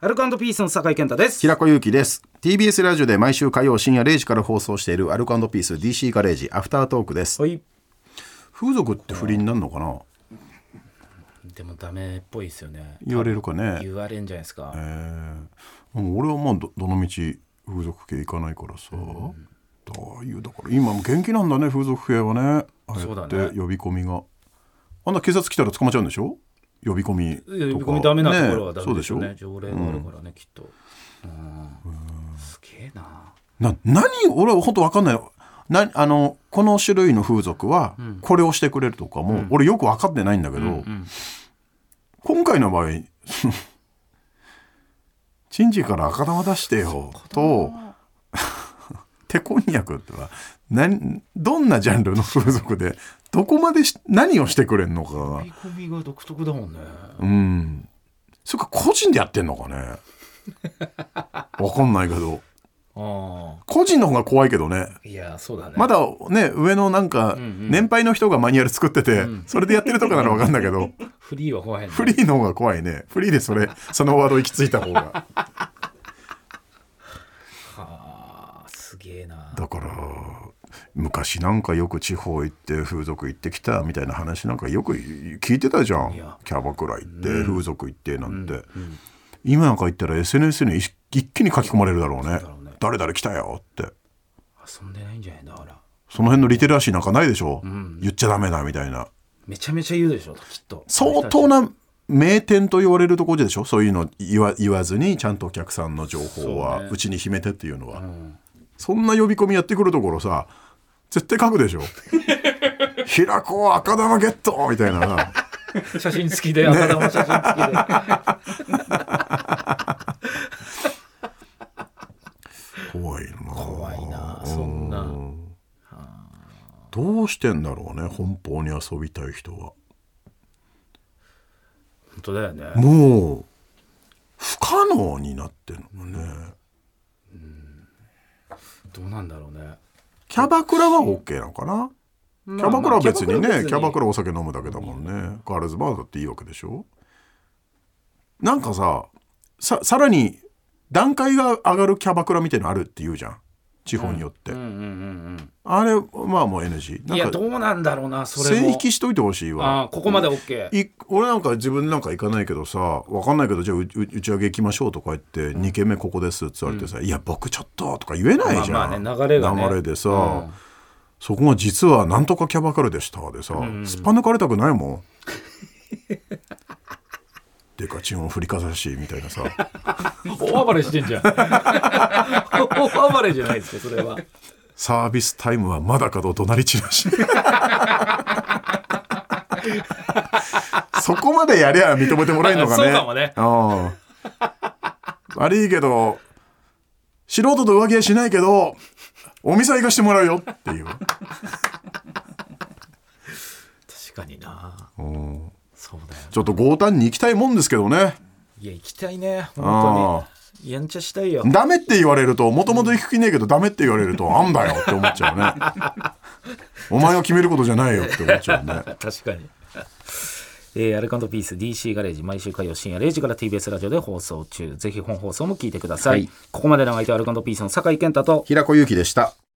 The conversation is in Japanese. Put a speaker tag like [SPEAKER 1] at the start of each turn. [SPEAKER 1] アルコピースの酒井健太です。
[SPEAKER 2] 平子祐希です TBS ラジオで毎週火曜深夜0時から放送しているアルコピース DC ガレージアフタートークです
[SPEAKER 1] はい。
[SPEAKER 2] 風俗って不倫になるのかな
[SPEAKER 3] でもダメっぽいですよね
[SPEAKER 2] 言われるかね
[SPEAKER 3] 言われんじゃないですか、
[SPEAKER 2] えーうん俺はまあどどの道風俗系行かないからさ、どういうだから今も元気なんだね風俗系はねああ
[SPEAKER 3] そう
[SPEAKER 2] や
[SPEAKER 3] だ
[SPEAKER 2] っ
[SPEAKER 3] ね
[SPEAKER 2] て呼び込みが、あんな警察来たら捕まっちゃうんでしょ呼び込みとか
[SPEAKER 3] いや呼び込みダメなところはダ
[SPEAKER 2] ねえそ
[SPEAKER 3] メ
[SPEAKER 2] う
[SPEAKER 3] で
[SPEAKER 2] で
[SPEAKER 3] し
[SPEAKER 2] し
[SPEAKER 3] ょ
[SPEAKER 2] ょ
[SPEAKER 3] うね条例があるからね、きっと、うん、すげえな
[SPEAKER 2] な何俺は本当わかんないのなあのこの種類の風俗はこれをしてくれるとかも、俺よく分かってないんだけど、今回の場合 チンジから赤玉出してよと 手こんにゃくっては何どんなジャンルの風俗でどこまでし何をしてくれんのかが
[SPEAKER 3] 呼び込みが独特だもんね
[SPEAKER 2] うんそれか個人でやってんのかねわかんないけど
[SPEAKER 3] あ
[SPEAKER 2] 個人の方が怖いけどね
[SPEAKER 3] あいやそうだね
[SPEAKER 2] まだね上のなんか
[SPEAKER 3] んうん
[SPEAKER 2] 年配の人がマニュアル作ってて、
[SPEAKER 3] ん
[SPEAKER 2] それでやってるとかなら分かんだけ ど
[SPEAKER 3] フリーは怖いね
[SPEAKER 2] フリーの方が怖いねフリーでそ れそのワード行き着いた方が
[SPEAKER 3] はあすげえな
[SPEAKER 2] だから昔なんかよく地方行って風俗行ってきたみたいな話なんかよく聞いてたじゃん
[SPEAKER 3] いや
[SPEAKER 2] キャバクラ行って、風俗行ってなんて、今なんか行ったら SNS に一一気に書き込まれるだろうね
[SPEAKER 3] ろうね
[SPEAKER 2] 誰々来たよって
[SPEAKER 3] 遊んでないんじゃないだから
[SPEAKER 2] その辺のリテラシーなんかないでしょ、言っちゃダメだみたいな
[SPEAKER 3] めちゃめちゃ言うでしょきっと
[SPEAKER 2] 相当な名店と言われるところでしょそういうの言わ言わずにちゃんとお客さんの情報
[SPEAKER 3] そう
[SPEAKER 2] は
[SPEAKER 3] ね
[SPEAKER 2] うちに秘めてっていうのはそ
[SPEAKER 3] ん
[SPEAKER 2] んな呼び込みやってくるところさ絶対書く でしょ「平子赤玉ゲット!」みたいな
[SPEAKER 3] 写真付きで赤玉写真付きで、
[SPEAKER 2] 怖いな
[SPEAKER 3] 怖いなそんな
[SPEAKER 2] どうしてんだろうね奔放に遊びたい人は
[SPEAKER 3] 本当だよね
[SPEAKER 2] もう不可能になってるのね、
[SPEAKER 3] どうなんだろうね
[SPEAKER 2] キャバクラは OK なのかなキャバクラは別にね、
[SPEAKER 3] まあ
[SPEAKER 2] キャバクラお酒飲むだけだもんね、ガールズバーだっていいわけでしょなんかさささらに段階が上がるキャバクラみたいのあるって言うじゃん地方によって、
[SPEAKER 3] うんうんうん
[SPEAKER 2] あれまあもう NG
[SPEAKER 3] うんい
[SPEAKER 2] な
[SPEAKER 3] や
[SPEAKER 2] んか
[SPEAKER 3] どうなんだろうなそれ
[SPEAKER 2] 線
[SPEAKER 3] も
[SPEAKER 2] 引きしといてほしい
[SPEAKER 3] ああ
[SPEAKER 2] わ
[SPEAKER 3] ここまで OK
[SPEAKER 2] い俺なんか自分なんか行かないけどさわかんないけどじゃあうう打ち上げ行きましょうとか言って「2軒目ここです」って言われてさ「いや僕ちょっと」とか言えないじゃん、
[SPEAKER 3] まあまあね流れがね
[SPEAKER 2] 流れでさ、
[SPEAKER 3] うん
[SPEAKER 2] そこが実はなんとかキャバクラでしたでさ、すっぱ抜かれたくないもん でかちんを振りかざしみたいなさ
[SPEAKER 3] 大暴れしてんじゃん 大暴れじゃないですかそれは
[SPEAKER 2] サービスタイムはまだかと怒鳴り散らしそこまでやりゃ認めてもらえるのかね
[SPEAKER 3] そうかもね
[SPEAKER 2] うん悪いけど素人と浮気はしないけどお店は行かしてもらうよっていう
[SPEAKER 3] 確かにな
[SPEAKER 2] うん
[SPEAKER 3] そうだよ
[SPEAKER 2] ちょっと強端に行きたいもんですけどね
[SPEAKER 3] いや行きたいね本
[SPEAKER 2] あ
[SPEAKER 3] 当にやんちゃしたいよ
[SPEAKER 2] ダメって言われるともともと行く気ねえけどダメって言われるとあんだよって思っちゃうねお前が決めることじゃないよって思っちゃうね
[SPEAKER 3] 確かに。 えー、アルカンドピース DC ガレージ毎週火曜深夜0時から TBS ラジオで放送中ぜひ本放送も聞いてください、
[SPEAKER 2] はい
[SPEAKER 3] ここまでの相手はアルカンドピースの酒井健太と
[SPEAKER 2] 平子祐希でした